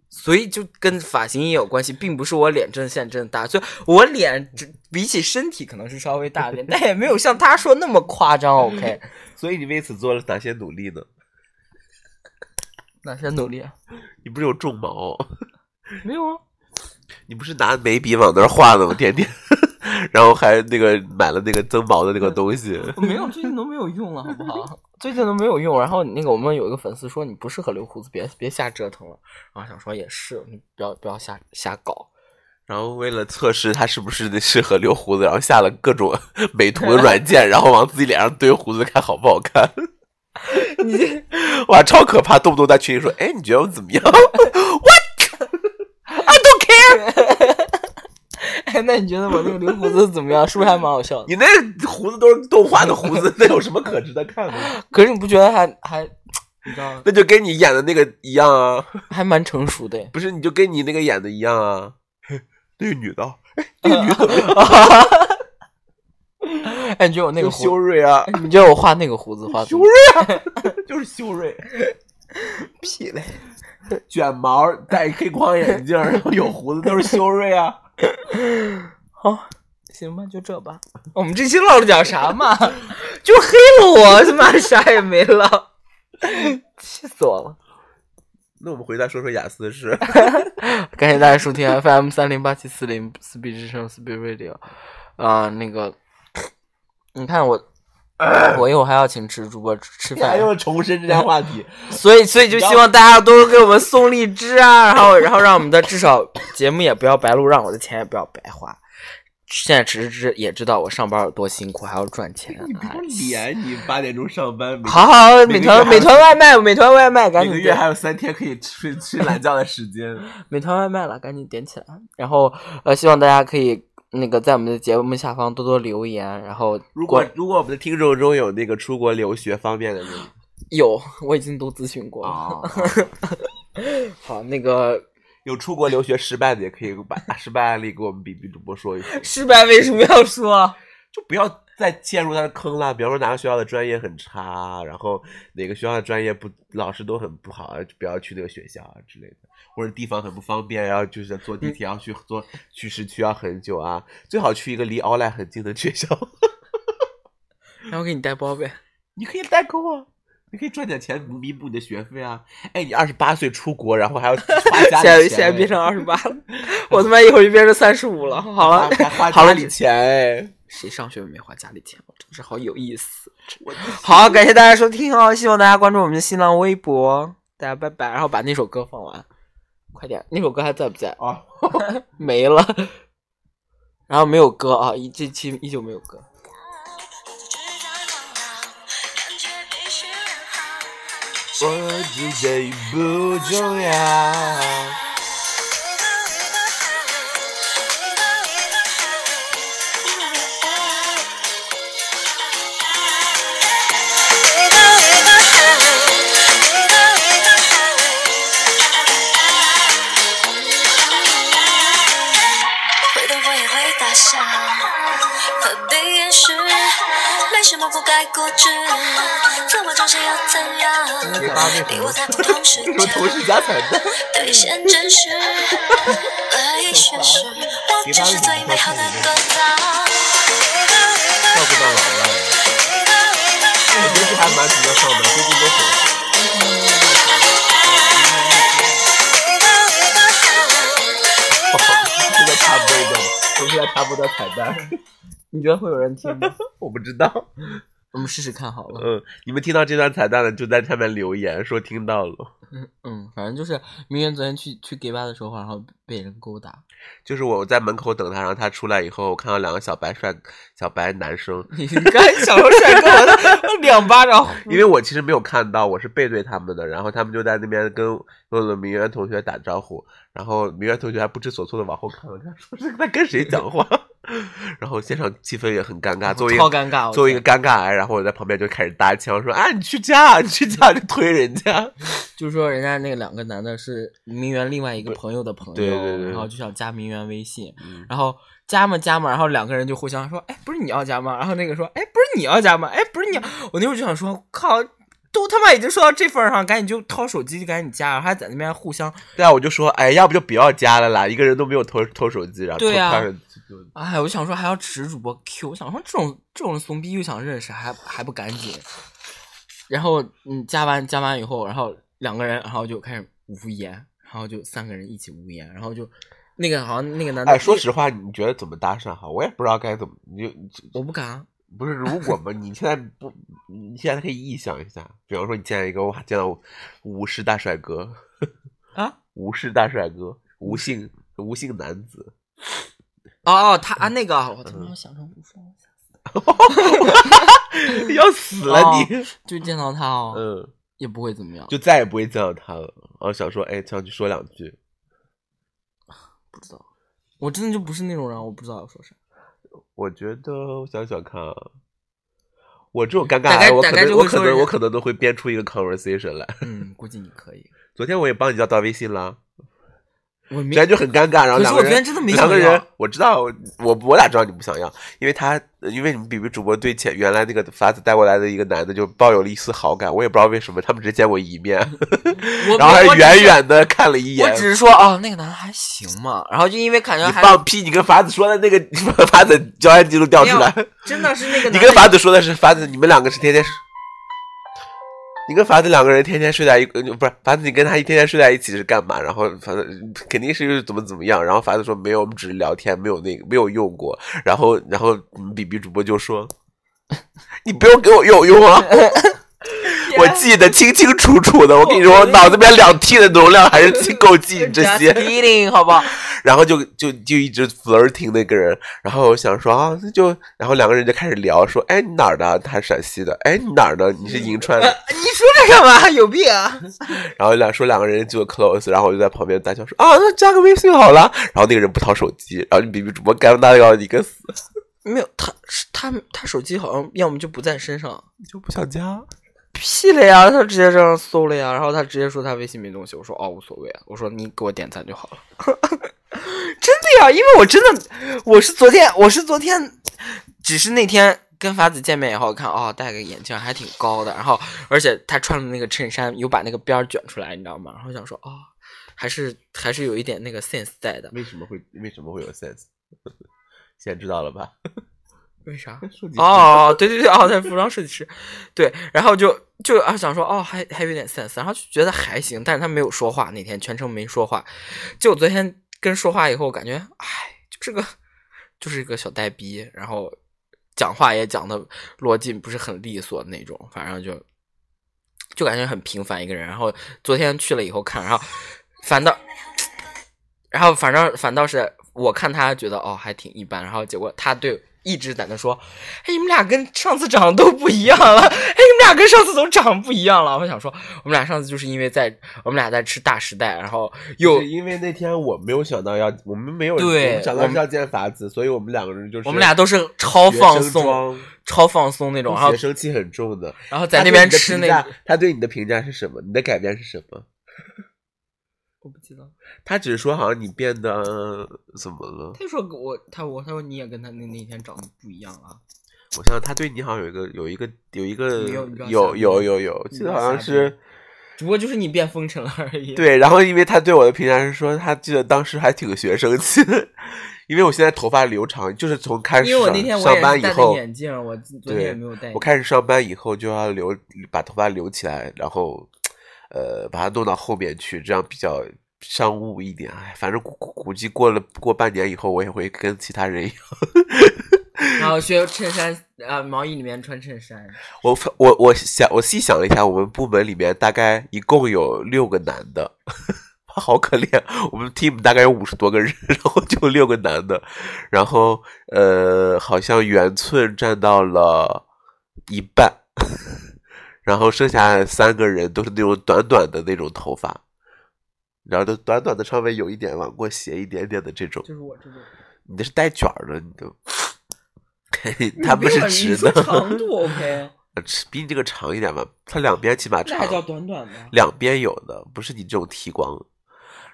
Speaker 1: 所以就跟发型也有关系，并不是我脸真的现在真的大，所以我脸只比起身体可能是稍微大一点，但也没有像他说那么夸张。OK，
Speaker 2: 所以你为此做了哪些努力呢？
Speaker 1: 哪些努力、啊？
Speaker 2: 你不是有种毛？
Speaker 1: 没有啊，
Speaker 2: 你不是拿眉笔往那儿画的吗？天 天，然后还那个买了那个增毛的那个东西。
Speaker 1: 我 没有，最近都没有用了，好不好？ 最近都没有用。然后那个我们有一个粉丝说你不适合留胡子，别别瞎折腾了。然后想说也是，你不要不要瞎瞎搞。
Speaker 2: 然后为了测试他是不是适合留胡子，然后下了各种 美图软件，然后往自己脸上堆胡子，看好不好看。
Speaker 1: 你
Speaker 2: 哇，超可怕！动不动在群里说：“哎，你觉得我怎么样
Speaker 1: 哎，那你觉得我那个留胡子怎么样？是不是还蛮好笑？”的？
Speaker 2: 你那胡子都是动画的胡子，那有什么可值得看的？
Speaker 1: 可是你不觉得还还你知道
Speaker 2: 那就跟你演的那个一样啊，
Speaker 1: 还蛮成熟的？
Speaker 2: 不是？你就跟你那个演的一样啊。那个女的，哎那个女的怎么样？
Speaker 1: 哎，你觉得我那个
Speaker 2: 就
Speaker 1: 胡 哎
Speaker 2: 修睿 啊，
Speaker 1: 你觉得我画那个胡子画的
Speaker 2: 修睿啊， 就是修睿。
Speaker 1: 屁嘞？
Speaker 2: 卷毛，戴黑框眼镜，然后有胡子，都是修睿啊。
Speaker 1: 好， 行吧，就这吧。 我们这期唠了点啥嘛？ 就黑了我， 他妈啥也没唠， 气死我了！
Speaker 2: 那我们回来说说雅思的 事。
Speaker 1: 感谢大家收听 FM 三零八七四零四 B 之声四 B Radio 啊、那个，你看 我，我一会儿还要请吃主播吃吃
Speaker 2: 还
Speaker 1: 饭，
Speaker 2: 要哎重申这条话题，
Speaker 1: 所以所以就希望大家多给我们送荔枝啊，然 后然后让我们的至少节目也不要白录，让我的钱也不要白花。现在只是知也知道我上班有多辛苦，还要赚钱。
Speaker 2: 你
Speaker 1: 哎
Speaker 2: 不脸，你八点钟上班，每
Speaker 1: 好好，美
Speaker 2: 每个月
Speaker 1: 团
Speaker 2: 还
Speaker 1: 美团外卖，美团外卖，赶紧
Speaker 2: 每个月
Speaker 1: 点
Speaker 2: 还有三天可以睡睡懒觉的时 间。
Speaker 1: 美团外卖了，赶紧点起来。然后呃，希望大家可以那个在我们的节目下方多多留言。然后
Speaker 2: 如果
Speaker 1: 关
Speaker 2: 如果我们的听众中有那个出国留学方面的人，
Speaker 1: 有，我已经都咨询过了。
Speaker 2: 啊，
Speaker 1: 好，那个
Speaker 2: 有出国留学失败的，也可以把失败案例给我们比比主播说一说，
Speaker 1: 失败为什么要 说？
Speaker 2: 就不要再陷入他的坑了。比方说哪个学校的专业很差，然后哪个学校的专业不老师都很不好，就不要去那个学校啊之类的，或者地方很不方便，然后就是坐地铁要去坐去市区要很久啊，最好去一个离奥莱很近的学校。
Speaker 1: 然后给你带包 呗。
Speaker 2: 你可以代购啊，你可以赚点钱弥补你的学费啊。哎，你二十八岁出国，然后还要花家
Speaker 1: 现在
Speaker 2: 里钱，哎
Speaker 1: 现在变成二十八 了，我他妈一会儿就变成三十 五了。好了，
Speaker 2: 还花
Speaker 1: 好
Speaker 2: 家
Speaker 1: 了，
Speaker 2: 里钱哎。
Speaker 1: 啊谁上学没花家里钱？我真是好有意思。 好，感谢大家收听哦，希望大家关注我们的新浪微博，大家拜拜，然后把那首歌放完，快点，那首歌还在不在？
Speaker 2: 啊，
Speaker 1: 没了， 然后没有歌啊，一这期依旧没有歌。
Speaker 3: 只在忙闹，感觉必须良好。
Speaker 2: 我自己不重要。
Speaker 3: 一个一个喊，一个一个喊，一个一个喊，一个一个喊。回头我也会大笑，何必掩饰？没什么不该固执，自我中心要怎样？礼物才不同时
Speaker 2: 为什么
Speaker 3: 间。
Speaker 2: 同时加彩蛋？
Speaker 3: 兑现真实，恶意宣誓，我就是最美好的锻造。
Speaker 2: 照顾到老了。 我觉得这还蛮值得上的，最近都很。一下他们的彩蛋，
Speaker 1: 你觉得会有人听吗？
Speaker 2: 我不知道。
Speaker 1: 我们试试看好了。
Speaker 2: 嗯，你们听到这段彩蛋了，就在下面留言说听到了。
Speaker 1: 嗯，反正就是明媛昨天去去 gay 吧的时候，然后被人勾搭，
Speaker 2: 就是我在门口等他，然后他出来以后，我看到两个小白帅、小白男生，
Speaker 1: 你刚才想说帅哥， 我我两巴掌。
Speaker 2: 因为我其实没有看到，我是背对他们的，然后他们就在那边跟我的明媛同学打招呼，然后明媛同学还不知所措的往后看了看，说是在跟谁讲话， 然后现场气氛也很尴尬，作为一
Speaker 1: 哦超
Speaker 2: 个
Speaker 1: 尴尬，我
Speaker 2: 作为一个
Speaker 1: 天
Speaker 2: 尴尬癌，然后我在旁边就开始搭腔说啊，你去架，你去架，就推人家。
Speaker 1: 就是说人家那两个男的是名媛另外一个朋友的朋友，
Speaker 2: 对对对
Speaker 1: 然后就想加名媛微信，然后加嘛加嘛，然后两个人就互相说，哎，不是你要加吗？然后那个说，哎，不是你要加吗？哎，不是你要，我那会儿就想说，靠，都他妈已经说到这份儿上，赶紧就掏手机就赶紧加，然后还在那边互相，
Speaker 2: 对啊，我就说，哎，要不就不要加了啦，一个人都没有偷偷手机，然后偷
Speaker 1: 对啊
Speaker 2: 他手机就
Speaker 1: 哎，我想说还要指主播 Q，我想说这种这种怂逼又想认识，还还不赶紧，然后嗯，加完加完以后，然后两个人，然后就开始无言，然后就三个人一起无言，然后就。那个好像那个男的，
Speaker 2: 哎，说实话，你觉得怎么搭讪好？我也不知道该怎么，你就你
Speaker 1: 我不敢啊，
Speaker 2: 不是如果嘛，你现在不，你现在可以臆想一下，比方说你见了一个哇，见到武士大帅哥，
Speaker 1: 啊
Speaker 2: 武士大帅哥，无姓无姓男 子，
Speaker 1: 哦哦，他啊那个，我他妈想成无双，
Speaker 2: 要死了你，
Speaker 1: 就见到他哦，
Speaker 2: 嗯，
Speaker 1: 也不会怎么样，
Speaker 2: 就再也不会见到他了。然后想说，哎，想去说两句，
Speaker 1: 不知道。我真的就不是那种人，我不知道要说啥。
Speaker 2: 我觉得我想想看啊，我这种尴尬
Speaker 1: 嗯大概
Speaker 2: 癌，我可
Speaker 1: 大概
Speaker 2: 能
Speaker 1: 就
Speaker 2: 我
Speaker 1: 会
Speaker 2: 可
Speaker 1: 说
Speaker 2: 能
Speaker 1: 人
Speaker 2: 我可能都会编出一个 conversation 来。
Speaker 1: 嗯，估计你可以。
Speaker 2: 昨天我也帮你要到微信了，
Speaker 1: 我没
Speaker 2: 昨，天就很尴尬，然后
Speaker 1: 可是
Speaker 2: 两
Speaker 1: 我
Speaker 2: 个
Speaker 1: 昨天
Speaker 2: 人
Speaker 1: 真的没
Speaker 2: 两
Speaker 1: 想
Speaker 2: 个
Speaker 1: 要
Speaker 2: 人，我知道我我俩知道你不想要，因为他因为你们比比主播对前原来那个法子带过来的一个男的就抱有了一丝好感，我也不知道为什么，他们只见过一 面，
Speaker 1: 我
Speaker 2: 然后还
Speaker 1: 我只
Speaker 2: 远
Speaker 1: 是
Speaker 2: 远的看了一眼
Speaker 1: 我。只是说哦，那个男的还行嘛，然后就因为感觉
Speaker 2: 你
Speaker 1: 还
Speaker 2: 放屁！你跟法子说的那个， 你把法子交谈记录调
Speaker 1: 没
Speaker 2: 出
Speaker 1: 有
Speaker 2: 来。，
Speaker 1: 真的是那个
Speaker 2: 你
Speaker 1: 男
Speaker 2: 跟
Speaker 1: 的
Speaker 2: 法子说的是法子，你们两个是天天睡，你跟法子两个人天天睡在一个，不是法子，你跟他一天天睡在一起是干嘛？然后法子肯定是怎么怎么样，然后法子说没有，我们只是聊天，没有那个没有用过。然后然后你们比比主播就说，你不用给我用用 啊。我记得清清楚楚的，我跟你说，我脑子里面两 T 的容量还是够 记你这些
Speaker 1: Just。kidding，好不 好？
Speaker 2: 然后就就就一直 flirting 那个人，然后我想说啊，那就然后两个人就开始聊，说哎你哪儿的？他是陕西的，哎你哪儿的？你是银川
Speaker 1: 呃
Speaker 2: 的。，
Speaker 1: 你说这干嘛？ 有病啊！
Speaker 2: 然后两说两个人就 close，然后我就在旁边大笑说啊那加个微信好了。然后那个人不掏手机，然后你比比主播尴尬的要一个死，
Speaker 1: 没有，他是他他手机好像要么就不在身上，
Speaker 2: 你就不想加？
Speaker 1: 屁了呀！他直接这样搜了呀，然后他直接说他微信没东西，我说哦无所谓啊，我说你给我点赞就好了。 真的呀，因为我真的我是昨天我是昨天，只是那天跟法子见面以后看哦戴个眼镜还挺高的，然后而且他穿的那个衬衫有把那个边儿卷出来，你知道吗？然后想说哦，还是还是有一点那个 sense 在的。
Speaker 2: 为什么会为什么会有 sense？现在知道了 吧？
Speaker 1: 为啥？
Speaker 2: 说你
Speaker 1: 哦，对对对，哦，他是服装设计师，对，然后就就啊想说，哦，还还有点 sense，然后就觉得还行，但是他没有说话，那天全程没说话，就我昨天跟说话以后，感觉，哎，就是个就是一个小呆逼，然后讲话也讲的逻辑不是很利索那种，反正就就感觉很平凡一个人，然后昨天去了以后看，然后反倒然后反正反倒是我看他觉得哦还挺一般，然后结果他对一直在那说，哎你们俩跟上次长得都不一样了，哎你们俩跟上次都长得不一样了。我想说我们俩上次就是因为在我们俩在吃大时代，然后又
Speaker 2: 是因为那天我没有想到要，我们没有
Speaker 1: 对
Speaker 2: 我们想到
Speaker 1: 我
Speaker 2: 是
Speaker 1: 们
Speaker 2: 要见法子，所以我们两个人就是
Speaker 1: 我们俩都是超放
Speaker 2: 学生
Speaker 1: 松、
Speaker 2: 装
Speaker 1: 超放松那种，然后
Speaker 2: 学生气很重的，
Speaker 1: 然 后在那边吃那
Speaker 2: 个。他对你的评价是什么？你的改变是什么？
Speaker 1: 我不记得，
Speaker 2: 他只是说好像你变得呃怎么了？
Speaker 1: 他说我他我他说你也跟他那那天长得不一样啊，
Speaker 2: 我想想，他对你好像有一个有一个有一个
Speaker 1: 没有你不要
Speaker 2: 有
Speaker 1: 瞎
Speaker 2: 有
Speaker 1: 编
Speaker 2: 有有，
Speaker 1: 你
Speaker 2: 记
Speaker 1: 不
Speaker 2: 得
Speaker 1: 要
Speaker 2: 好像
Speaker 1: 瞎
Speaker 2: 是
Speaker 1: 编只不过就是你变风尘了而已。，
Speaker 2: 对。然后因为他对我的评价是说，他记得当时还挺学生气的， 因为我现在头发留长，就是从开始
Speaker 1: 因为我
Speaker 2: 上
Speaker 1: 那天我
Speaker 2: 上
Speaker 1: 也
Speaker 2: 班
Speaker 1: 是
Speaker 2: 以
Speaker 1: 戴的
Speaker 2: 后，
Speaker 1: 眼镜，我昨天也
Speaker 2: 对
Speaker 1: 没有戴。，
Speaker 2: 我开始上班以后就要留把头发留起来，然后呃把它弄到后面去，这样比较商务一点，哎，反正估估估计过了过半年以后，我也会跟其他人一样。
Speaker 1: 然后学衬衫，呃，毛衣里面穿衬衫，
Speaker 2: 我我我想我细想了一下，我们部门里面大概一共有六个男的， 好可怜。我们 team 大概有五十多个人， 然后就六个男的，然后呃，好像圆寸占到了一半， 然后剩下三个人都是那种短短的那种头发，然后都短短的稍微有一点往过斜一点点的这种。
Speaker 1: 就是我这种。
Speaker 2: 你那是带卷儿的，你都。 它不是直的，
Speaker 1: 长 度 OK，
Speaker 2: 比你这个长一点吧，它两边起码
Speaker 1: 那
Speaker 2: 长
Speaker 1: 还，叫短短的？
Speaker 2: 两边有的，不是你这种剃光。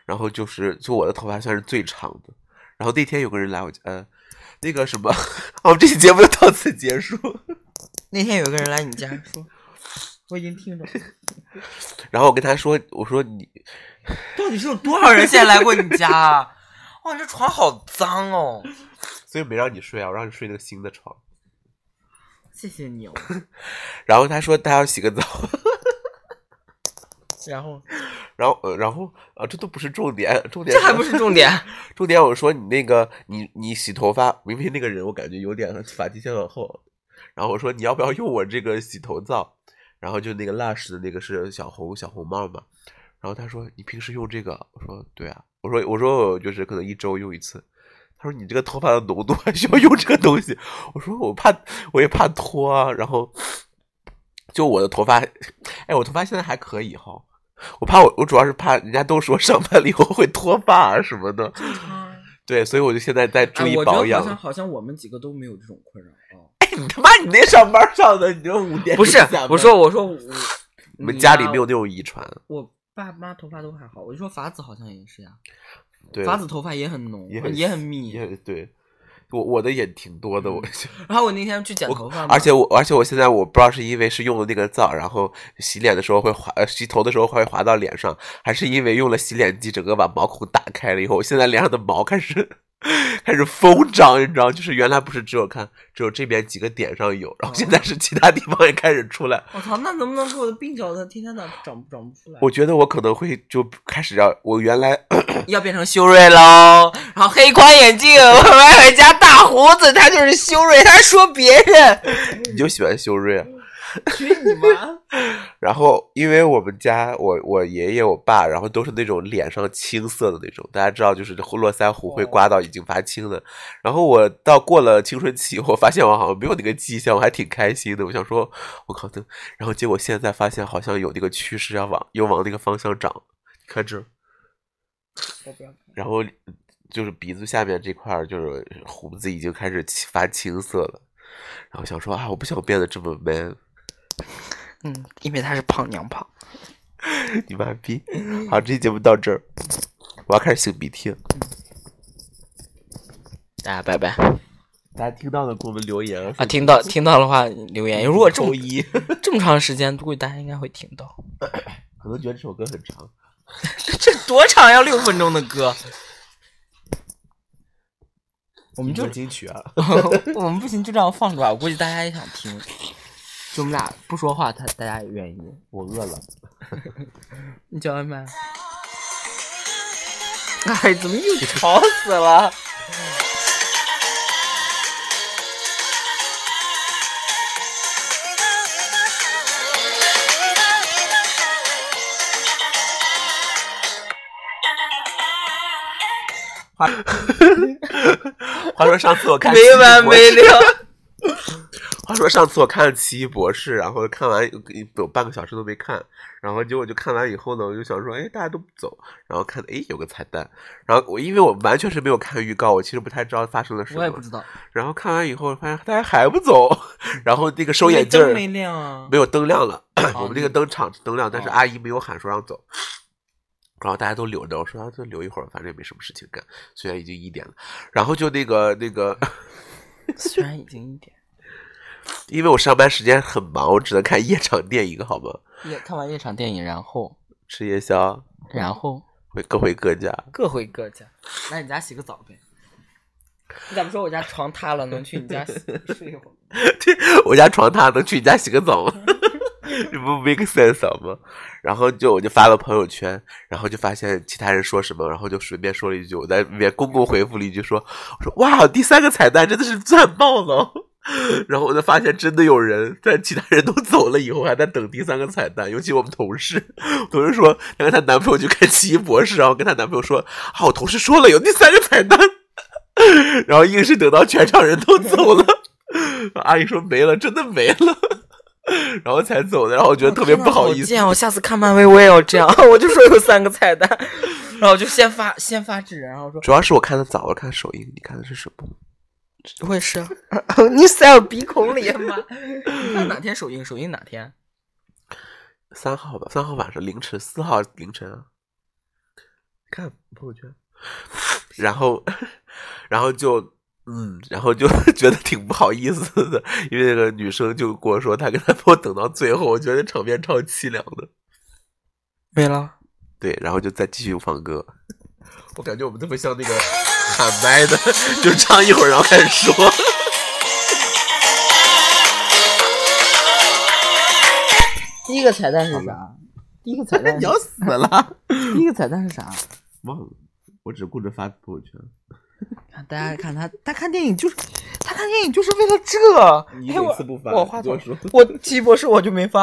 Speaker 2: 然后就是，就我的头发算是最长的。然后那天有个人来我家，呃，那个什么， 我们这期节目就到此结束。
Speaker 1: 那天有个人来你家说，我已经听着了，
Speaker 2: 然后我跟他说，我说你，
Speaker 1: 到底是有多少人现在来过你家啊？哇，你这床好脏哦！
Speaker 2: 所以没让你睡啊，我让你睡那个新的床。
Speaker 1: 谢谢你哦。
Speaker 2: 然后他说他要洗个澡，
Speaker 1: 然后
Speaker 2: 然后，呃、然后啊，这都不是重点，重点
Speaker 1: 这还不是 重点，
Speaker 2: 重点我说你那个你你洗头发，明明那个人我感觉有点发际线往后，然后我说你要不要用我这个洗头皂，然后就那个 Lush 的那个是小红小红帽嘛，然后他说你平时用这个，我说对啊，我说我说我就是可能一周用一次，他说你这个头发的浓度还需要用这个东西，我说我怕我也怕脱啊，然后就我的头发，哎，我头发现在还可以哈。我怕我，我主要是怕人家都说上班了以后会脱发啊什么的，对，所以我就现在在注
Speaker 1: 哎
Speaker 2: 意
Speaker 1: 啊我觉
Speaker 2: 保
Speaker 1: 得
Speaker 2: 养
Speaker 1: 好。像好像我们几个都没有这种困扰啊。
Speaker 2: 你他妈，你那上班上的，你这五点
Speaker 1: 不是
Speaker 2: 就下，班
Speaker 1: 我说我说我，
Speaker 2: 你们
Speaker 1: 你呀
Speaker 2: 家里没有那种遗传，
Speaker 1: 我爸妈头发都还好，我就说法子好像也是呀，
Speaker 2: 对，
Speaker 1: 法子头发也很浓，
Speaker 2: 也
Speaker 1: 也很
Speaker 2: 很
Speaker 1: 密。
Speaker 2: 也对。我我的也挺多的，我
Speaker 1: 然后我那天去剪头
Speaker 2: 我
Speaker 1: 发嘛，
Speaker 2: 而且我而且我现在我不知道是因为是用了那个皂，然后洗脸的时候会滑，呃洗头的时候会滑到脸上，还是因为用了洗脸机，整个把毛孔打开了以后，我现在脸上的毛开始开始疯长，你知道，就是原来不是只有看只有这边几个点上有，然后现在是其他地方也开始出来，
Speaker 1: 我操，那能不能说我的鬓角它天天的长长不出来？
Speaker 2: 我觉得我可能会就开始要我原来
Speaker 1: 要变成修睿喽，然后黑框眼镜，我买回家大胡子，他就是修睿，他说别人
Speaker 2: 你 就喜欢修睿啊。
Speaker 1: 去你妈！
Speaker 2: 然后，因为我们家我我爷爷我爸，然后都是那种脸上青色的那种，大家知道，就是络腮胡会刮到已经发青了。然后我到过了青春期以后，发现我好像没有那个迹象，我还挺开心的。我想说，我靠，那然后结果现在发现好像有那个趋势，要往又往那个方向长。你看这儿，
Speaker 1: 我不要看，
Speaker 2: 然后就是鼻子下面这块儿，就是胡子已经开始起发青色了。然后想说啊，我不想变得这么 man。
Speaker 1: 嗯，因为他是胖娘炮。
Speaker 2: 你妈逼！好，这期节目到这儿，我要开始擤鼻涕了。
Speaker 1: 大家拜拜
Speaker 2: 大家听到的给我们留言啊
Speaker 1: 啊！听到听到的话留言，如果这么
Speaker 2: 扣一，
Speaker 1: 这么长时间，估计大家应该会听到。
Speaker 2: 可能觉得这首歌很长。
Speaker 1: 这多长呀？要六分钟的歌，我们就
Speaker 2: 金曲啊，
Speaker 1: 我们不行，就这样放出来。我估计大家也想听，就我们俩不说话，他大家也愿意。
Speaker 2: 我饿了。
Speaker 1: 你叫外卖？啊哎，怎么 又吵死了？
Speaker 2: 话说上次我看
Speaker 1: 没完没 了。
Speaker 2: 话说上次我看《奇异博士》，然后看完有半个小时都没看，然后结果就看完以后呢，我就想说，哎，大家都不走，然后看，哎，有个彩蛋，然后我因为我完全是没有看预告，我其实不太知道发生了什
Speaker 1: 我也不
Speaker 2: 么。
Speaker 1: 知 道，嗯
Speaker 2: 然后看完以后，发现大家还不走，然后那个收眼镜
Speaker 1: 灯
Speaker 2: 儿
Speaker 1: 没亮啊
Speaker 2: 没。有灯亮了，
Speaker 1: 哦
Speaker 2: 我们那个灯厂是灯亮，但是
Speaker 1: 哦
Speaker 2: 阿姨没有喊说让走，然后大家都留着，我说啊，就留一会儿，反正也没什么事情干，虽然已经一点了，然后就那个那个，
Speaker 1: 虽然已经一点，
Speaker 2: 因为我上班时间很忙，我只能看夜场电影，好吗？
Speaker 1: 夜看完夜场电影，然后
Speaker 2: 吃夜宵，
Speaker 1: 然后
Speaker 2: 回各回各家，
Speaker 1: 各回各家。来你家洗个澡呗。你咋不说我家 床塌了，能去你家洗睡一会儿？
Speaker 2: 我家床榻能去你家洗个澡吗？ 这不 make sense 好吗？然后就我就发了朋友圈，然后就发现其他人说什么，然后就随便说了一句，我在里面公共回复了一句说，我说哇，第三个彩蛋真的是赚爆了。 然后我就发现真的有人，在其他人都走了以后，还在等第三个彩蛋。尤其我们同事，同事说她跟她男朋友去看《奇异博士》，然后跟她男朋友说啊，我同事说了有第三个彩蛋， 然后硬是等到全场人都走了，阿姨说没了，真的没了， 然后才走的。然后我觉
Speaker 1: 哦
Speaker 2: 得特别不好意思。
Speaker 1: 啊见，我下次看漫威我也要这样， 我就说有三个彩蛋，然后我就先发先发制人，然后说
Speaker 2: 主要是我看的早，我看首映，你看的是什么？
Speaker 1: 我也是， 你塞我鼻孔里妈！ 那哪天首映？首映哪天？
Speaker 2: 三号吧，三号晚上凌晨，四号凌晨啊。看朋友圈， 然后， 然后就，嗯，然后就 觉得挺不好意思的，因为那个女生就跟我说，她跟她朋友等到最后，我觉得场面超凄凉的。
Speaker 1: 没了。
Speaker 2: 对，然后就再继续放歌。我感觉我们特别像那个喊麦的，就唱一会儿，然后开始说。，
Speaker 1: 第一个彩蛋是啥？第一个彩蛋
Speaker 2: 死了！
Speaker 1: 第一个彩蛋是啥？
Speaker 2: 忘了，我只顾着发朋友圈。
Speaker 1: 看大家看他，他看电影就是他看电影就是为了这。哎，我我话筒，
Speaker 2: 说。
Speaker 1: 我奇异博士我就没发。